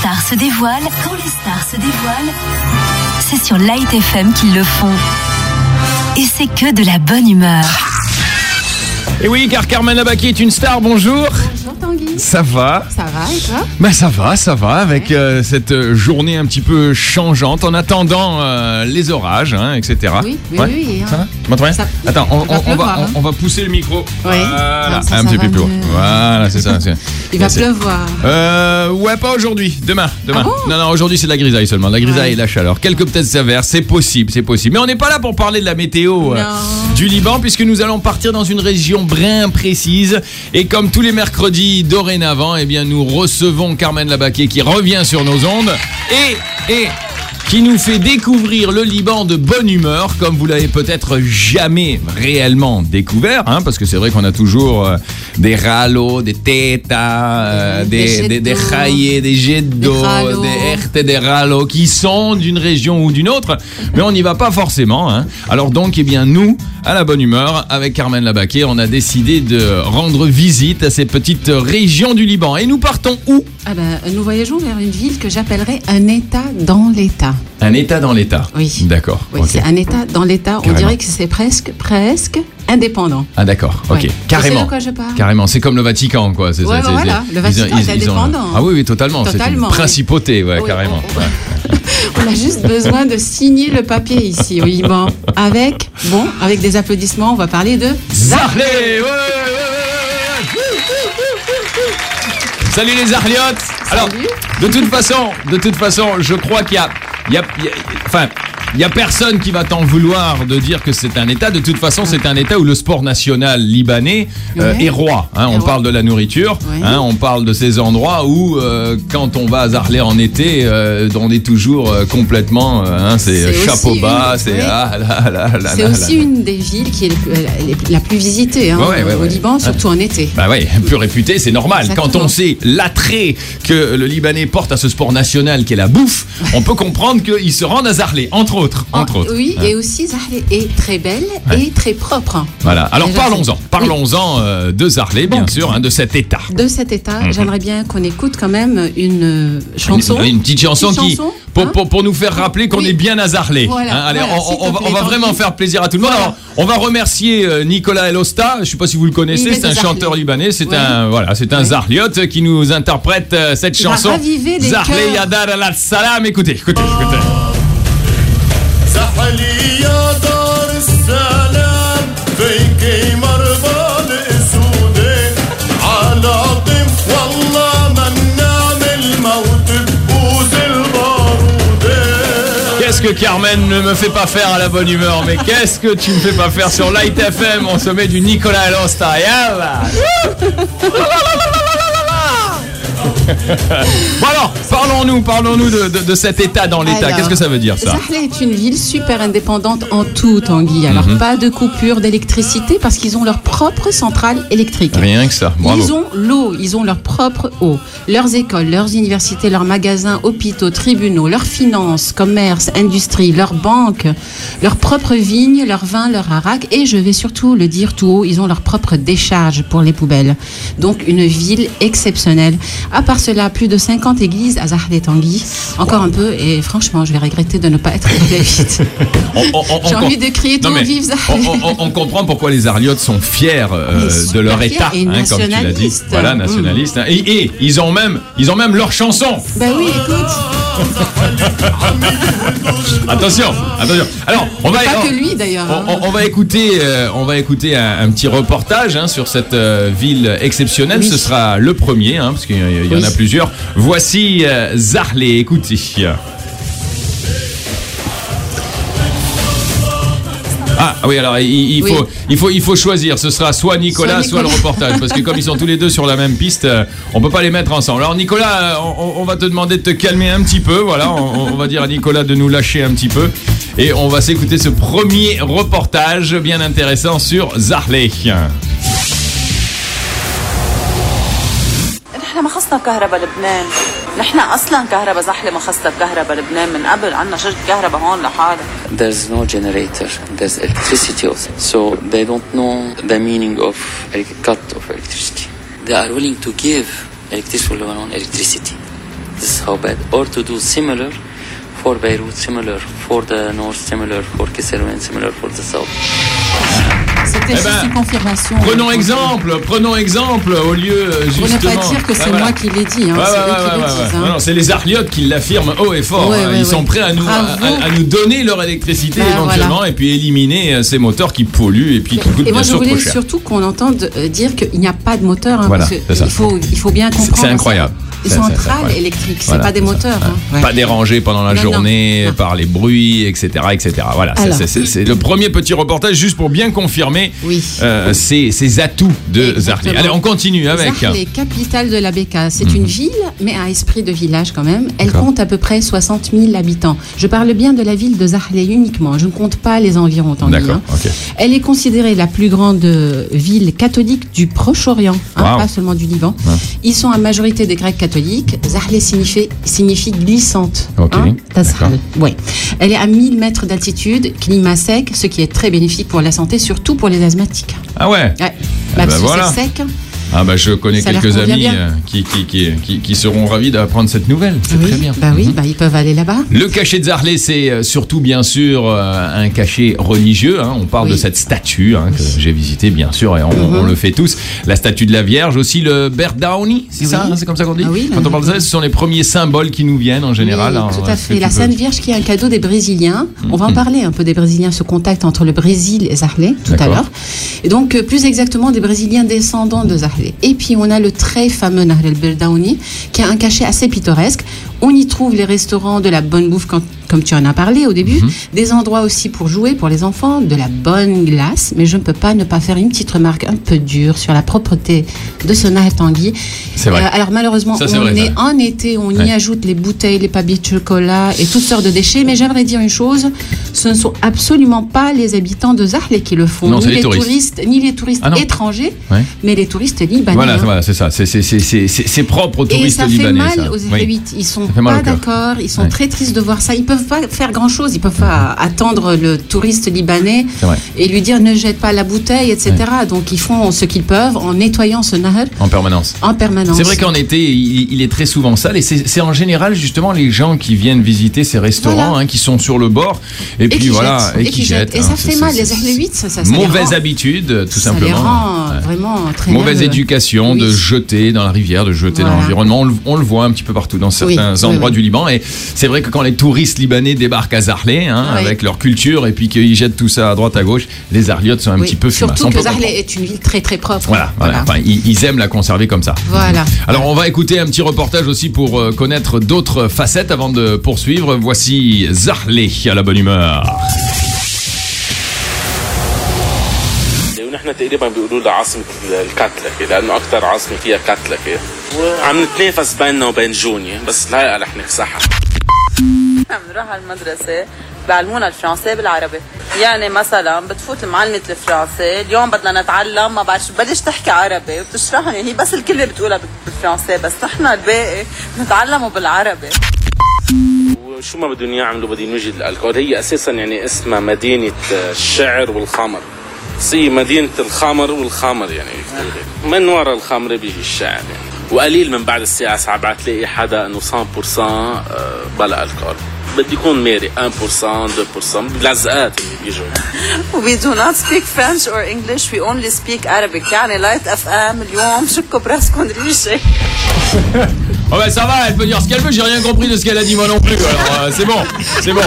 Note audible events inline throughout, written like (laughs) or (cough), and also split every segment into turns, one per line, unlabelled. stars se dévoilent, quand les stars se dévoilent, c'est sur Light FM qu'ils le font. Et c'est que de la bonne humeur.
Et oui, car Carmen Abaki est une star, bonjour
Bonjour Tanguy.
Ça va
Ça va et toi
Bah ça va, ça va, avec euh, cette euh, journée un petit peu changeante, en attendant euh, les orages, hein, etc.
Oui, oui,
Ouais,
oui, oui, hein.
Ça va Tu m'entends bien
Ça-
Attends, on,
Il va
on- on va,
pleuvoir, hein.
on, on va pousser le micro. Voilà,
Comme ça,
un
ça
petit
va
peu plus haut.
mieux.
Voilà, c'est
(laughs)
ça. c'est-
Il va
c'est-
pleuvoir.
Euh, ouais, pas aujourd'hui, demain, demain.
Ah bon
non, non, aujourd'hui c'est de la grisaille seulement, de la grisaille
Ouais.
et de la chaleur. Quelques petites averses, c'est possible, c'est possible. Mais on n'est pas là pour parler de la météo euh,
Non.
du Liban puisque nous allons partir dans une région brin précise. Et comme tous les mercredis dorénavant, eh bien nous recevons Carmen Labaquet qui revient sur nos ondes et et qui nous fait découvrir le Liban de bonne humeur, comme vous l'avez peut-être jamais réellement découvert, hein, parce que c'est vrai qu'on a toujours euh, des ralos, des tétas, euh,
Des
des,
jets
des, des
d'eau.
raillés, des jets d'eau,
ralos.
des RT, des ralos, qui sont d'une région ou d'une autre, mais on n'y va pas forcément. hein. Alors donc, eh bien, nous, à la bonne humeur, avec Carmen Labaquet, on a décidé de rendre visite à ces petites régions du Liban. Et nous partons où
Ah ben, nous voyageons vers une ville que j'appellerais un État dans l'État.
Un état dans l'état.
Oui.
D'accord.
Oui,
ok.
c'est un État dans l'État. On
Carrément.
dirait que c'est presque, presque indépendant.
Ah d'accord, ok.
Ouais. Tu sais
Carrément.
de quoi je parle
Carrément, c'est comme le Vatican, quoi. C'est,
Ouais,
c'est-
ouais,
c'est-
voilà. Le
ils ont-
Vatican
ils-
est
ils ont-
indépendant.
Ah oui, oui, totalement. c'est une
Totalement, oui.
principauté, ouais,
Oui,
carrément.
on- on- On a juste besoin de signer le papier ici au Liban. Avec, bon, avec des applaudissements, on va parler de
Zarlé ouais, ouais, ouais, ouais, ouais. Salut les Arliotes Alors, de toute façon, de toute façon, je crois qu'il y a, il y a- il y a- enfin, il y a personne qui va t'en vouloir de dire que c'est un État. De toute façon, c'est un État où le sport national libanais euh,
Ouais.
est roi. hein.
Est
on
roi.
parle de la nourriture,
Ouais.
hein, on parle de ces endroits où, euh, quand on va à Zarlé en été, euh, on est toujours euh, complètement, euh, hein, c'est
C'est
chapeau
aussi
bas,
une-
c'est
ouais.
ah là là là
C'est
là
aussi
là.
une des villes qui est le- la- la plus visitée hein,
Ouais, ouais, ouais,
au
ouais.
Liban, surtout en été.
Bah ouais, (laughs) plus réputé, c'est normal.
Exactement.
Quand on sait l'attrait que le Libanais porte à ce sport national qu'est la bouffe, on peut comprendre qu'ils se rendent à Zarlé, entre autres. Bah, Entre
Ah,
autres.
Oui, et aussi Zahle est très belle et très propre.
Voilà. Alors
Déjà,
parlons-en.
c'est-
Parlons-en euh, de Zarlé, bien sûr, hein, de cet état.
Oui. De cet état, j'aimerais bien qu'on écoute quand même une euh, chanson.
Mhm. Une, une petite chanson
Petite
qui.
chanson,
pour,
hein.
pour- pour nous faire rappeler qu'on
Oui.
est bien à Zarlé.
Voilà,
allez,
voilà,
on-
s'il te
on, va-
plaît,
on va
tant
vraiment
pis.
faire plaisir à tout le monde.
Voilà.
Alors, on va remercier euh, Nicolas Elosta. Je ne sais pas si vous le connaissez,
Il est
c'est un
de Zarlé.
chanteur libanais. C'est
Ouais.
un voilà, c'est un
Ouais.
Zarliote qui nous interprète euh, cette
Il va
chanson.
raviver des
Zarlé
cœurs.
Yadar Al Salam. Écoutez, écoutez, écoutez.
سحلي يا دار السلام فيكي مرضى الاسودين على طب والله ما ننام الموت ببوز البارودين
Qu'est-ce que Carmen ne me fait pas faire à la bonne humeur Mais qu'est-ce que tu me fais pas faire sur Light FM On se met du Nicolas ah, Elosta. Yallah. bah.
(laughs)
Bon alors, parlons-nous, parlons-nous de, de- de cet état dans l'état.
Alors,
Qu'est-ce que ça veut dire ça
Zahle est une ville super indépendante en tout, Tanguy. Alors,
Mhm.
pas de coupure d'électricité parce qu'ils ont leur propre centrale électrique.
Rien que ça,
Ils
bravo.
ont l'eau, ils ont leur propre eau. Leurs écoles, leurs universités, leurs magasins, hôpitaux, tribunaux, leurs finances, commerces, industries, leurs banques, leurs propres vignes, leurs vins, leurs haracs. Et je vais surtout le dire tout haut, ils ont leur propre décharge pour les poubelles. Donc une ville exceptionnelle. À part cela, plus de 50 églises à Zahle Tanguy. Encore un peu, et franchement, je vais regretter de ne pas être
(laughs)
allé vite.
On- on- on- on
J'ai
com-
envie de crier
Non,
tout
mais
vive Zahle.
on, on- on- on comprend pourquoi les Arliotes sont fiers euh,
Ils sont
de leur
fiers
état, hein,
et
comme tu l'as dit.
nationalistes.
Voilà,
Mm.
nationalistes. hein. Et, et ils ont même, ils ont même leur chanson.
Ben oui, écoute,
Attention, attention. Alors, on va
pas
on-
que lui d'ailleurs. hein.
On, on- on va écouter, euh, on va écouter un, un petit reportage hein, sur cette euh, ville exceptionnelle.
Oui.
Ce sera le premier, hein, parce qu'il y, il y en a
Oui.
plusieurs. Voici euh, Zarlé. Écoutez. Ah ah oui alors il, il
Oui.
faut il faut il faut choisir ce sera soit Nicolas soit,
Soit
le
Nicolas.
reportage parce que comme ils sont tous les deux sur la même piste euh, on peut pas les mettre ensemble alors Nicolas euh, on, on va te demander de te calmer un petit peu voilà on, on va dire à Nicolas de nous lâcher un petit peu et on va s'écouter ce premier reportage bien intéressant sur Zarlé
نحن ما خصنا بكهرباء لبنان نحن اصلا كهرباء زحله ما خصنا بكهرباء لبنان من قبل عنا شركه كهرباء هون لحالها
There's no generator, there's electricity also. So they don't know the meaning of a cut of electricity. They are willing to give electricity to Lebanon electricity. This is how bad. Or to do similar for Beirut, similar for the north, similar for Kesselman, similar for the south.
C'était
Eh
juste
ben,
une confirmation.
Prenons
euh,
exemple, prenons exemple au lieu euh,
Pour
justement.
ne pas dire que c'est
Ouais, voilà.
moi qui l'ai dit, hein,
Ouais,
c'est
ouais,
eux qui
ouais,
le
ouais, ouais.
disent.
Non,
hein.
non, c'est les Arliotes qui l'affirment haut et fort.
Ouais,
hein.
ouais,
Ils
ouais.
sont prêts à nous, à,
Bravo.
à- à nous donner leur électricité
Bah,
éventuellement et puis éliminer euh, ces moteurs qui polluent et puis qui coûtent
Et
bien
moi, je
sûr
voulais
trop cher.
surtout qu'on entende euh, dire qu'il n'y a pas de moteur. hein,
Voilà,
parce que
c'est ça.
il, faut, il faut bien comprendre.
C'est incroyable.
Ils
C'est-
sont
c'est- c'est
centrales
incroyable.
électriques, c'est
Voilà,
pas des
c'est ça.
moteurs. hein.
Pas dérangé pendant la
Non, non.
journée
Non.
par les bruits, etc. etc. Voilà, ça,
Alors.
c'est- c'est c'est le premier petit reportage juste pour bien confirmer
Oui.
euh, ces, ces atouts de
Exactement.
Zarlé. Allez, on continue avec.
Zarlé, capitale de la Béka. C'est une ville, mais à esprit de village quand même. Elle
Mhm. D'accord.
compte à peu près 60 000 habitants. Je parle bien de la ville de Zarlé uniquement. Je ne compte pas les environs, tant mieux,
D'accord,
hein.
ok.
Elle est considérée la plus grande euh, ville catholique du Proche-Orient, hein,
Wow.
pas seulement du Liban.
Ouais.
Ils sont à majorité des Grecs catholiques. Zarlé signifie, signifie glissante.
Ok,
Tazral.
d'accord.
Ouais. Elle est à 1000 mètres d'altitude, climat sec, ce qui est très bénéfique pour la santé, surtout pour les asthmatiques.
Ah ouais
Ouais.
Ah
Bah,
bah
parce que
voilà.
c'est sec.
Ah bah je connais
Ça leur
quelques
convient
amis
bien.
euh, qui, qui, qui, qui, qui seront ravis d'apprendre cette nouvelle. C'est
oui,
très bien. Mhm.
Bah oui, bah ils peuvent aller là-bas.
Le cachet de Zarlé, c'est euh, surtout bien sûr euh, un cachet religieux. hein. On parle
Oui. Mm-hmm.
de cette statue hein, que j'ai visitée, bien sûr, et on, on le fait tous. La statue de la Vierge, aussi le Berdaoni, c'est
Oui.
ça hein, C'est comme ça qu'on dit
Ah oui,
Quand on
la-
parle de ça, ce sont les premiers symboles qui nous viennent en général.
Oui,
hein.
tout à
Est-ce que
fait.
tu
La
peux-
Sainte Vierge qui est un cadeau des Brésiliens.
Mhm.
On va en parler un peu des Brésiliens, ce contact entre le Brésil et Zahle tout à
D'accord.
l'heure. Et donc, euh, plus exactement, des Brésiliens descendants de Zahle. Et puis, on a le très fameux Nahr el Beldaouni, qui a un cachet assez pittoresque. On y trouve les restaurants de la bonne bouffe, quand- comme tu en as parlé au début,
Mhm.
des endroits aussi pour jouer pour les enfants, de la bonne glace. Mais je ne peux pas ne pas faire une petite remarque un peu dure sur la propreté de ce Nahr Tanguy. Euh,
C'est vrai.
alors, malheureusement,
Ça, c'est
on
vrai, ça.
est en été, on y
Ouais.
ajoute les bouteilles, les papiers de chocolat et toutes sortes de déchets. Mais j'aimerais dire une chose ce ne sont absolument pas les habitants de Zahle qui le font,
Non,
ni
c'est les touristes.
touristes. ni les touristes
Ah non.
étrangers,
Ouais.
mais les touristes libanais.
Voilà,
hein.
voilà, c'est ça. C'est- c'est- c'est- C'est c'est- c'est propre aux
Et
touristes
ça fait
libanais.
mal
ça.
aux
Oui.
Égyptiens. Ils sont
Ça fait mal
pas
au cœur.
d'accord. Ils sont
Ouais.
très tristes de voir ça. Ils peuvent pas faire grand chose. Ils peuvent pas attendre le touriste libanais
C'est vrai.
et lui dire ne jette pas la bouteille, etc. Donc ils font ce qu'ils peuvent en nettoyant ce Nahar
En permanence.
en permanence.
C'est vrai qu'en été, il, il est très souvent sale et c'est c'est en général justement les gens qui viennent visiter ces restaurants
Voilà.
hein, qui sont sur le bord et,
et
puis
qui
voilà
jettent, et qui jettent. Et
hein.
ça
C'est-
fait
c'est-
mal. Les
c'est-
Ahléwites, ça, ça, ça les
mauvaise
rend-
habitude, tout
ça
simplement.
les rend
Ouais.
euh, vraiment très
Mauvaise
nerveux.
éducation de
Oui.
jeter dans la rivière, de jeter dans
Voilà.
l'environnement. On, le- on le voit un petit peu partout dans certains
oui,
endroits
oui.
du Liban. Et c'est vrai que quand les touristes libanais débarquent à Zarlé, hein,
Oui.
avec leur culture, et puis qu'ils jettent tout ça à droite à gauche, les Arliotes sont un
Oui.
petit peu fumasses.
Surtout
On
que
peut
Zahle
comprendre.
est une ville très très propre.
Voilà, voilà. Enfin, ils, ils aiment la conserver comme ça.
Voilà.
Alors on va écouter un petit reportage aussi pour euh, connaître d'autres facettes avant de poursuivre. Voici Zahle à la bonne humeur.
ونحن تقريبا بيقولوا لها عاصمة الكتلكة لأنه أكثر عاصمة فيها كتلكة وعم نتنافس بيننا وبين جونيا بس الحقيقة رح نكسحها
نحن بنروح على المدرسة بيعلمونا الفرنسي بالعربي يعني مثلا بتفوت معلمة الفرنسي اليوم بدنا نتعلم ما بعرف شو، بلش تحكي عربي وبتشرح لنا هي بس الكلمة بتقولها بال- بالفرنسي بس نحن الباقي بنتعلمه بالعربي
وشو ما بدهم يعملوا بدهم يوجد الألكول هي أساسا يعني اسمها مدينة الشعر والخمر بس هي مدينة الخمر والخمر يعني من وراء الخمر بيجي الشعر يعني وقليل من بعد الساعة 7 تلاقي حدا انه 100% آه، بلا الكول بده يكون ماري 1% 2% بلزقات اللي بيجوا
We do not speak French or English we only speak Arabic يعني لايت اف ام اليوم شكوا براسكم ريشه
Oh ben ça va, elle peut dire ce qu'elle veut, j'ai rien compris de ce qu'elle a dit moi non plus. Alors euh, c'est bon, c'est bon.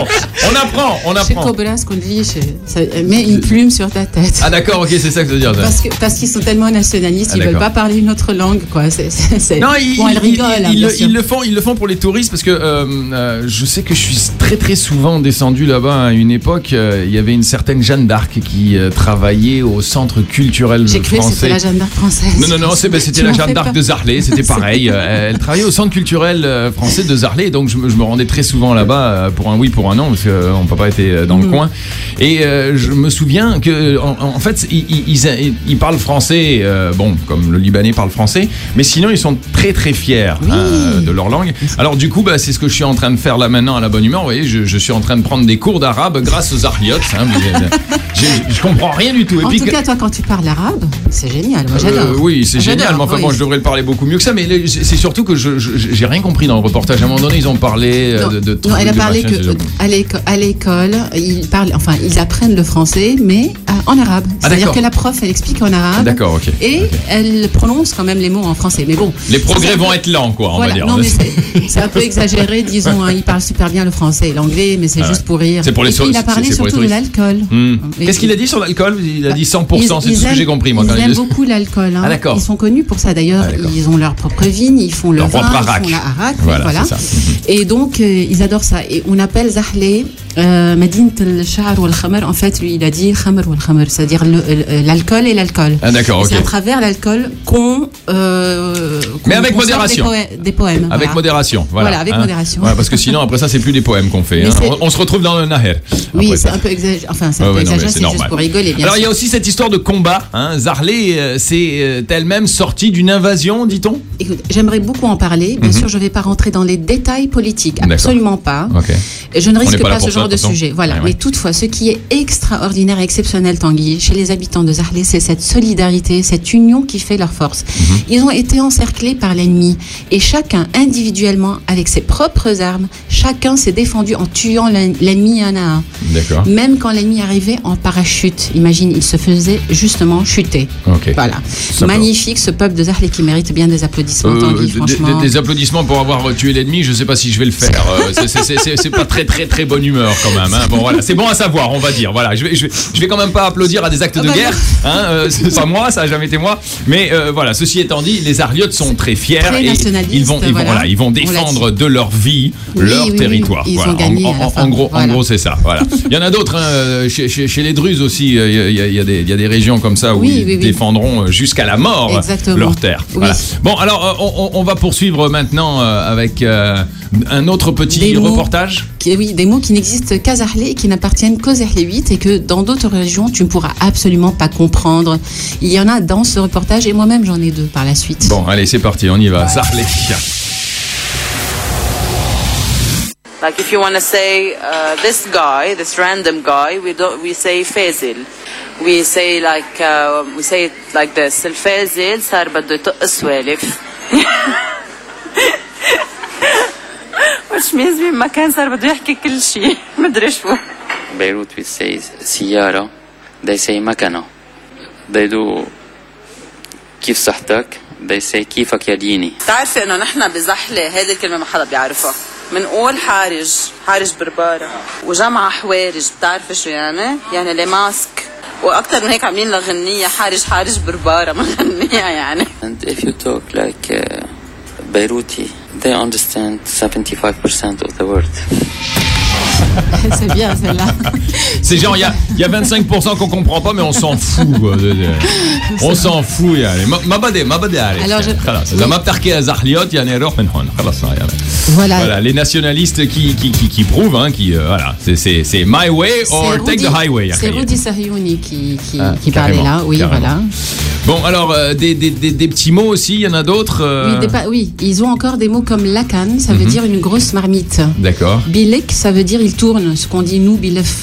On apprend, on
Chez
apprend.
Cobras, qu'on dit, chez- ça met une plume sur ta tête.
Ah d'accord, ok, c'est ça que ça veut dire. ça.
(laughs) parce que parce qu'ils sont tellement nationalistes,
Ah,
ils veulent
d'accord.
pas parler une autre langue, quoi. C'est- c'est- c'est-
Non, ils,
bon, elle
ils-
rigole,
ils-
hein,
ils
bien
le-
sûr.
ils le font, ils le font pour les touristes parce que euh, euh, je sais que je suis très très souvent descendu là-bas à une époque. euh, Il y avait une certaine Jeanne d'Arc qui euh, travaillait au centre culturel
J'ai cru que c'était
français.
la Jeanne d'Arc française.
Non, non, non, c'est- ben, c'était
Tu
la
m'en
Jeanne
fais
d'Arc
peur.
de Zarlé,
(laughs)
c'était pareil. Euh, elle travaillait au centre culturel euh, français de Zarlé, donc je, me- je me rendais très souvent là-bas euh, pour un oui, pour un non, parce que euh, mon papa était euh, dans
Mm.
le coin. Et euh, je me souviens que, en, en fait, ils, ils- ils- ils parlent français, euh, bon, comme le Libanais parle français, mais sinon, ils sont très très fiers hein, de leur langue. Alors, du coup, bah, c'est ce que je suis en train de faire là maintenant à la bonne humeur. Vous voyez, je, je suis en train de prendre des cours d'arabe grâce aux Arliotes. hein, mais, euh, j'ai- je comprends rien du tout. Et
En
puis
tout
que-
cas, toi, quand tu parles arabe, c'est génial. Moi,
euh,
j'adore.
oui, c'est
J'adore,
génial, mais enfin
oui.
bon, je devrais le parler beaucoup mieux que ça, mais le- c'est surtout que je, je- je- j'ai rien compris dans le reportage. À un moment donné, ils ont parlé euh,
Non,
de, de
non,
trucs,
elle a
de
parlé
machins,
que
c'est-
à l'éco- à l'école, ils parlent, enfin, ils apprennent le français, mais à- en arabe.
Ah,
C'est-à-dire
d'accord.
que la prof, elle explique en
Ah,
arabe.
D'accord, ok.
Et elle prononce quand même les mots en français. Mais bon.
Les progrès
C'est-
vont être lents, quoi, on
Voilà.
va dire.
Non, mais
(laughs)
c'est c'est un peu exagéré, disons. hein. Il parle super bien le français et l'anglais, mais c'est
Ah
juste
ouais.
pour rire.
C'est pour les
et puis,
sou-
Il a parlé
c'est pour les
surtout de
touristes.
l'alcool.
Hmm.
Et-
Qu'est-ce qu'il a dit sur l'alcool Il a dit 100%,
Ils-
c'est tout
ils
ce que j'ai
aiment-
compris, moi. quand
Ils
il
aiment
dit-
beaucoup l'alcool. hein.
Ah, d'accord.
Ils sont connus pour ça. D'ailleurs,
Ah, d'accord.
ils ont leur propre vigne, ils font le
Leur
vin,
propre
ils
arak.
font la harac.
Voilà,
Voilà.
c'est ça. Mhm.
Et donc, euh, ils adorent ça. Et on appelle Zahle euh, Madinat al-Shahr wal-Khamar. En fait, lui, il a dit Khamar wal-Khamar, c'est-à-dire le- euh, l'alcool et l'alcool.
Ah, d'accord,
Et C'est
ok.
à travers l'alcool qu'on. euh, qu'on-
Mais avec
qu'on sort des
modération.
poè- Des poèmes.
Avec
voilà.
modération. Voilà, hein.
Voilà, avec modération.
Ouais, parce que sinon, après ça, c'est plus des poèmes qu'on fait.
Mais
hein.
c'est-
On, on se retrouve dans le Nahel.
Oui,
Après,
c'est un peu exagéré. Enfin, c'est un
Ouais,
peu
ouais, non, mais
exagéré,
c'est
c'est juste
normal.
pour rigoler, bien
Alors, il y
sûr.
a aussi cette histoire de combat. Hein. Zarlé, euh, c'est euh, elle-même sortie d'une invasion, dit-on
Écoute, j'aimerais beaucoup en parler. Bien sûr, je ne vais pas rentrer dans les détails politiques,
Mhm. D'accord.
absolument pas.
Ok.
Je ne
n'est
risque
pas
pas,
là
ce
pour ça,
genre
de
de
toute façon. Ah
sujet. Voilà.
Ouais, ouais.
Mais toutefois, ce qui est extraordinaire et exceptionnel, Tanguy, chez les habitants de Zahle, c'est cette solidarité, cette union qui fait leur force.
Mhm.
Ils ont été encerclés par l'ennemi et chacun individuellement, avec ses propres armes, chacun s'est défendu en tuant l'en- l'ennemi un à un.
D'accord.
Même quand l'ennemi arrivait en parachute, imagine, il se faisait justement chuter.
Ok.
Voilà.
Sympa.
Magnifique ce peuple de Zahle qui mérite bien des applaudissements,
Euh,
Tanguy,
des-
franchement.
des, des applaudissements pour avoir tué l'ennemi, je sais pas si je vais le faire. Euh, c'est- c'est- c'est c'est- c'est pas très très très bonne humeur quand même. hein. Bon voilà, c'est bon à savoir, on va dire. Voilà, je vais, je vais, je vais quand même pas applaudir à des actes de
bah,
guerre. Hein, euh, c'est pas moi, ça a jamais été moi. Mais euh, voilà, ceci étant dit, les Arliotes sont très fiers
Très
et
nationalistes,
ils vont ils vont
voilà.
voilà, ils vont
On l'a
défendre de leur vie
Oui,
leur
oui, oui,
territoire.
ils
voilà.
ont gagné
en,
à la
en-
fin.
en gros en
Voilà.
gros c'est ça. Voilà. Il y en a d'autres hein, euh, chez, chez- chez les Druzes aussi. euh, Il y, a- il y a des il y a des régions comme ça où
Oui,
ils
oui, oui.
défendront euh, jusqu'à la mort
Exactement.
leur terre.
Oui.
Voilà. Bon, alors euh, on, on- on va poursuivre maintenant euh, avec euh, un autre petit
Des mots.
reportage.
Qui- oui, des mots qui n'existent qu'à Zahle et qui n'appartiennent qu'aux Zahléites et que dans d'autres régions, tu ne pourras absolument pas comprendre. Il y en a dans ce reportage et moi-même, j'en ai deux par la suite.
Bon, allez, c'est parti, on y va. Zarlé.
Like if you want to say uh, this guy, this random guy, we don't we say فازل. We say like uh, we say it like this. الفازل صار بده يطق سوالف. (laughs) Which means ما كان صار بده يحكي كل (laughs) شيء مدري شو.
Beirut we say سيارة they say مكنة they do كيف صحتك they say كيفك يا ديني
بتعرفي انه نحن بزحله هيدي الكلمه ما حدا بيعرفها منقول حارج حارج بربارة وجمعة حوارج بتعرفي شو يعني؟ يعني لي ماسك واكثر من هيك عاملين لها غنيه حارج حارج بربارة مغنيها يعني
and if you talk like uh, Beiruti they understand 75% of the word
(laughs) c'est bien celle-là.
C'est genre, il y a, il y a 25% qu'on comprend pas, mais on s'en fout. quoi.
(laughs)
On s'en fout. يعني. ما- ما بدي- ما بدي أعرف.
Alors, je-
خلاص. إذا ما بتحكي يا زحليوت، يعني روح من هون. خلاص، يعني.
Voilà.
Voilà, les nationalistes qui, qui, qui, qui prouvent, hein, qui, euh, voilà, c'est- c'est c'est my way
C'est
or Oh, take
Rudy-
the highway.
C'est
يعني.
Rudy Sariouni qui, qui,
Ah,
qui parlait
carrément,
là, oui,
carrément.
voilà.
Bon, alors, euh, des, des, des, des petits mots aussi, il y en a d'autres. euh, Mhm.
Oui, des pa- oui, ils ont encore des mots comme lacan, ça veut dire une grosse marmite.
D'accord.
Bilek, ça veut dire il tourne, ce qu'on dit nous, bilef.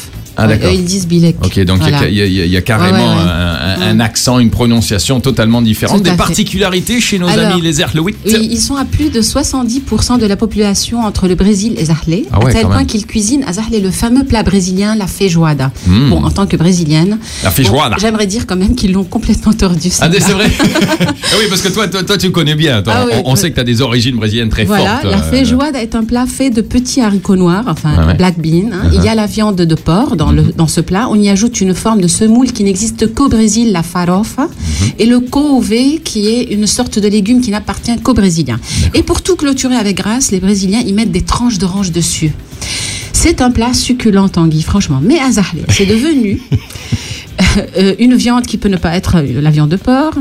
Ah, d'accord.
Eux, ils disent bilek.
Ok, donc il y a-
Voilà.
il y, a- il y a- il y a carrément
Ouais, ouais, ouais.
Un, un- un accent, une prononciation totalement différente.
Tout
Des
à fait.
particularités chez nos
Alors,
amis les Erlewitt.
Oui, ils sont à plus de 70% de la population entre le Brésil et Zahle,
Ah ouais,
à tel
quand même.
point qu'ils cuisinent à Zahle le fameux plat brésilien, la feijoada.
Mm.
Bon, en tant que brésilienne,
La feijoada.
bon, j'aimerais dire quand même qu'ils l'ont complètement tordu. ce
Ah,
plat.
c'est
(laughs)
vrai Ah Oui, parce que toi, toi, toi, tu connais bien. toi.
Ah oui,
on, on
je-
sait que tu as des origines brésiliennes très
Voilà,
fortes.
la
euh,
feijoada est un plat fait de petits haricots noirs, enfin
Ah ouais. Mhm.
black bean. hein. Il y a la viande de porc dans, le, dans ce plat. On y ajoute une forme de semoule qui n'existe qu'au Brésil, la farofa,
Mhm.
et le couve qui est une sorte de légume qui n'appartient qu'aux Brésiliens. Et pour tout clôturer avec grâce, les Brésiliens y mettent des tranches d'orange dessus. C'est un plat succulent, Tanguy, franchement. Mais à Zahle,
(laughs)
c'est devenu euh, une viande qui peut ne pas être euh, la viande de porc.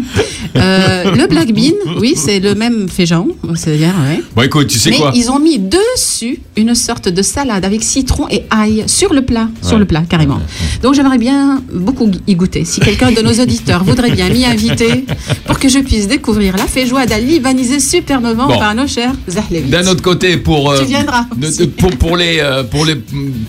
Euh, le black bean, oui, c'est le même féjan, c'est-à-dire, ouais.
Bon, écoute, tu sais
Mais
quoi
ils ont mis dessus une sorte de salade avec citron et ail sur le plat,
Ouais.
sur le plat carrément. Donc j'aimerais bien beaucoup y goûter. Si quelqu'un de nos auditeurs voudrait bien m'y inviter pour que je puisse découvrir la feijoada libanisée superbement
Bon.
par nos chers Zahlevites.
D'un autre côté, pour euh,
Tu viendras
ne-
aussi.
pour pour les euh, pour les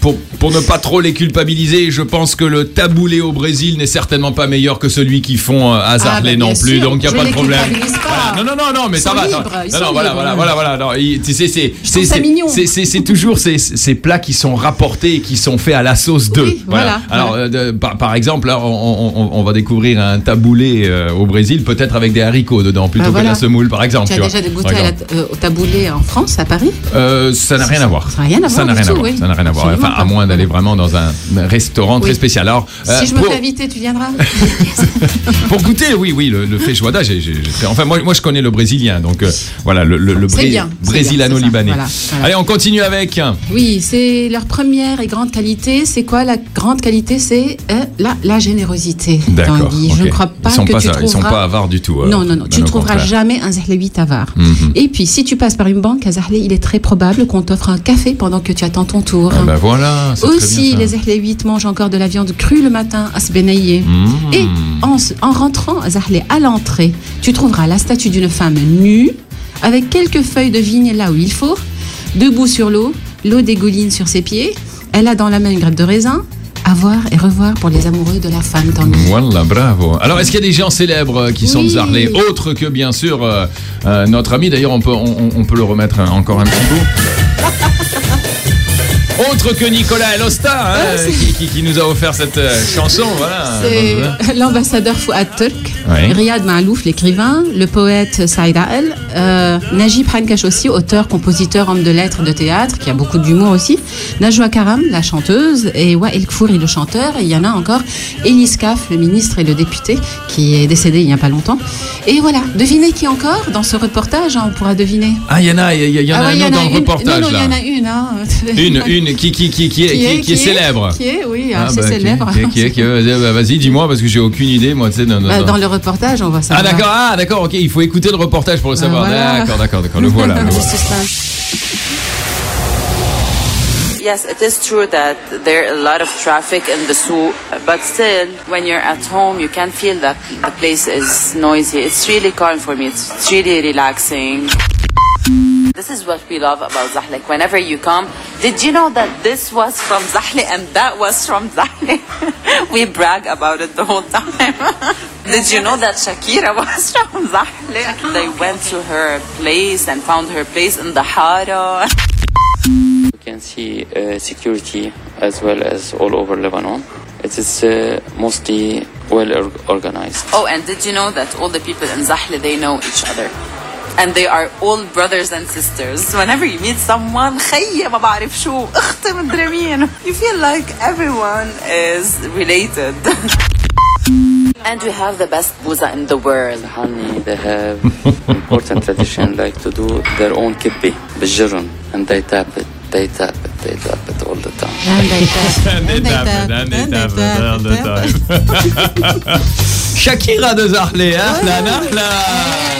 pour pour ne pas trop les culpabiliser, je pense que le taboulé au Brésil n'est certainement pas meilleur que celui qu'ils font euh, à Zarlé
bah, bien
non plus,
sûr.
donc il n'y a
Je
pas de
les
problème.
culpabilise pas.
Voilà. Non, non, non, non, mais
Ils
ça
sont
va.
libres,
attends.
ils
non,
sont
non, voilà,
libres.
voilà, voilà, voilà. Non, il- tu sais, c'est, c'est,
trouve ça
c'est-
mignon.
c'est- c'est- c'est toujours ces, ces plats qui sont rapportés et qui sont faits à la sauce d'eux.
Oui, voilà,
Alors,
voilà.
euh, de- par, par exemple, là, on, on- on- on va découvrir un taboulé euh, au Brésil, peut-être avec des haricots dedans, plutôt
Bah,
que
voilà.
de la semoule, par exemple.
Tu as
vois.
déjà
Par
goûté
exemple.
à la- euh, au taboulé en France, à Paris
Euh, ça n'a rien à voir.
Ça n'a rien à
Ça
voir
n'a
du
rien à
tout,
voir.
oui.
Ça n'a rien à voir.
Absolument
Enfin, à
pas.
moins d'aller vraiment dans un un restaurant très
Oui.
spécial. Alors, euh,
Si je me
pour,
fais inviter, tu viendras (laughs)
pour goûter, oui, oui, le,
Hein
le feijoada, j'ai- j'ai- j'ai- enfin, moi, moi, je connais le brésilien, donc euh, voilà, le, le, le
C'est
bré-
bien, c'est
brésiliano-libanais.
bien, c'est ça, voilà,
Allez,
voilà.
on continue avec.
Oui, c'est leur première et grande qualité. C'est quoi la grande qualité C'est euh, la, la générosité.
D'accord.
Tanguy. Je
ok.
ne crois pas
ils sont
que
pas,
tu
Ils sont
trouveras-
pas avares du tout. euh,
non, non, non.
bien
Tu
au
ne trouveras
contraire. Mhm.
jamais un Zahlaoui avare. Et puis, si tu passes par une banque à Zahle, il est très probable qu'on t'offre un café pendant que tu attends ton tour.
Ah ben voilà. c'est très
hein. Aussi,
bien, ça.
les Zahlaouites mangent encore de la viande crue le matin à se bénayer.
Mhm.
Et en, s- en rentrant à Zahle, à l'entrée, tu trouveras la statue d'une femme nue, avec quelques feuilles de vigne là où il faut, debout sur l'eau, l'eau dégouline sur ses pieds, elle a dans la main une grappe de raisin, à voir et revoir pour les amoureux de la femme tant
Voilà, bravo. Alors, est-ce qu'il y a des gens célèbres euh, qui sont de
Oui.
Zarlé Autre que, bien sûr, euh, euh, notre ami. D'ailleurs, on peut, on, on- on peut le remettre hein, encore un petit coup.
(laughs)
Autre que Nicolas Elosta, hein, qui, qui- qui nous a offert cette euh, chanson. Voilà.
Ah, C'est l'ambassadeur Fouad Turk,
Oui.
Riyad Maalouf, l'écrivain, le poète Saïd Ael, euh, Najib Hankash aussi, auteur, compositeur, homme de lettres, de théâtre, qui a beaucoup d'humour aussi, Najwa Karam, la chanteuse, et Wael Kfouri, le chanteur, et il y en a encore, Elis Kaf, le ministre et le député, qui est décédé il n'y a pas longtemps. Et voilà, devinez qui encore dans ce reportage, hein, on pourra deviner.
Ah, il y en a, il y, y en a
Ah ouais, il y
un autre
en a
dans le
une-
reportage,
Non, non, il
là.
y en a une. hein.
Une, une qui, qui, qui, qui, est, qui, qui est célèbre.
Qui est, oui,
Ah,
assez
bah, qui-
célèbre.
qui- qui- qui- vas-y, bah, Vas-y, dis-moi, parce que j'ai aucune idée, moi, tu sais. non, non,
Bah,
non.
dans le reportage, on va
Ah,
savoir. Ah,
d'accord, ah, d'accord, ok, il faut écouter le reportage pour le savoir.
voilà.
D'accord, d'accord, d'accord, le
(laughs)
voilà. le voilà.
Juste ça.
Yes, it is true that there are a lot of traffic in the souk, but still, when you're at home, you can feel that the place is noisy. It's really calm for me. It's, it's really relaxing. This is what we love about Zahle. Whenever you come, did you know that this was from Zahle and that was from Zahle? (laughs) we brag about it the whole time. (laughs) did you know that Shakira was from Zahle? They went to her place and found her place in the (laughs) Hara.
You can see uh, security as well as all over Lebanon. It is uh, mostly well or- organized.
Oh, and did you know that all the people in Zahle they know each other? And they are all brothers and sisters. Whenever you meet someone, خيي ما بعرف شو، أختي مدري مين. You feel like everyone is related. (laughs) and we have the best booza in the world.
Hani, they have important tradition like to do their own kibbi, بالجرن, and they tap it, they tap it, they tap it all the time.
(laughs)
Shakira de Zarlé, hein La, la, la.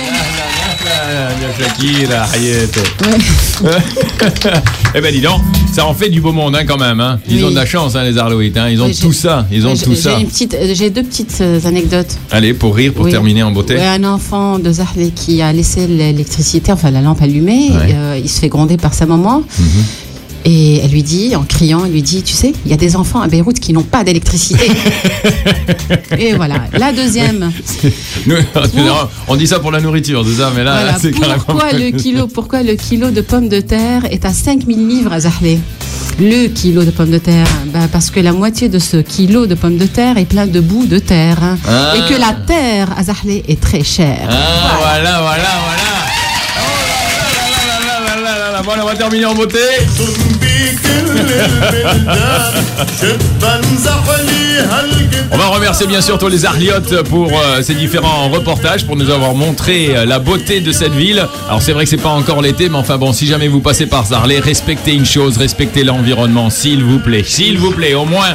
La, la, la, la, Shakira, Hayet. (laughs) eh ben dis donc, ça en fait du beau monde hein, quand même. Hein. Ils
Oui.
ont de la chance, hein, les Arloïtes. Hein. Ils ont
Oui, j'ai-
tout ça. Ils ont
J'ai-
tout ça.
J'ai une petite- euh, j'ai deux petites euh, anecdotes.
Allez, pour rire, pour
Oui.
terminer en beauté.
Ouais, un enfant de Zahle qui a laissé l'électricité, enfin la lampe allumée,
Ouais. Mm-hmm.
et, euh, il se fait gronder par sa maman. Et elle lui dit, en criant, elle lui dit, tu sais, il y a des enfants à Beyrouth qui n'ont pas
(laughs)
d'électricité. et voilà. La deuxième.
Nous,
(laughs)
on dit ça pour la nourriture, c'est ça, mais là,
Voilà,
là, c'est carrément.
pourquoi, le kilo, pourquoi le kilo de pommes de terre est à 5000 livres à Zahle Le kilo de pommes de terre bah, Parce que la moitié de ce kilo de pommes de terre est plein de boue de terre. hein.
Ah.
Et que la terre à Zahle est très chère.
Ah, voilà, voilà, voilà. Oh là là là là là là là là là. Voilà, on va terminer en beauté.
بكل البلدان شبا زحليها القدام
On va remercier bien sûr tous les Arliotes pour euh, ces différents reportages, pour nous avoir montré euh, la beauté de cette ville. Alors c'est vrai que c'est pas encore l'été, mais enfin bon, si jamais vous passez par Zarlé, respectez une chose, respectez l'environnement, s'il vous plaît, s'il vous plaît, au moins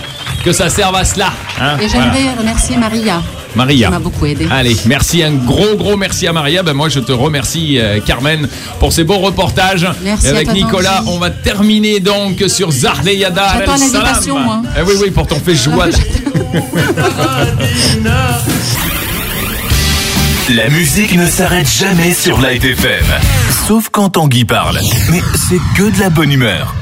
que ça serve à cela. hein.
Et
Voilà.
j'aimerais remercier Maria.
Maria.
Qui m'a beaucoup aidé.
Allez, merci, un gros gros merci à Maria. Ben moi je te remercie euh, Carmen pour ces beaux reportages.
Merci
Et avec
à toi,
Nicolas,
Tanguy.
on va terminer donc sur Zarlé Yada.
J'attends
Al Salam.
l'invitation, moi.
Eh oui oui, pour ton fait joie.
La musique ne s'arrête jamais sur Light FM. Sauf quand Tanguy parle. Mais c'est que de la bonne humeur.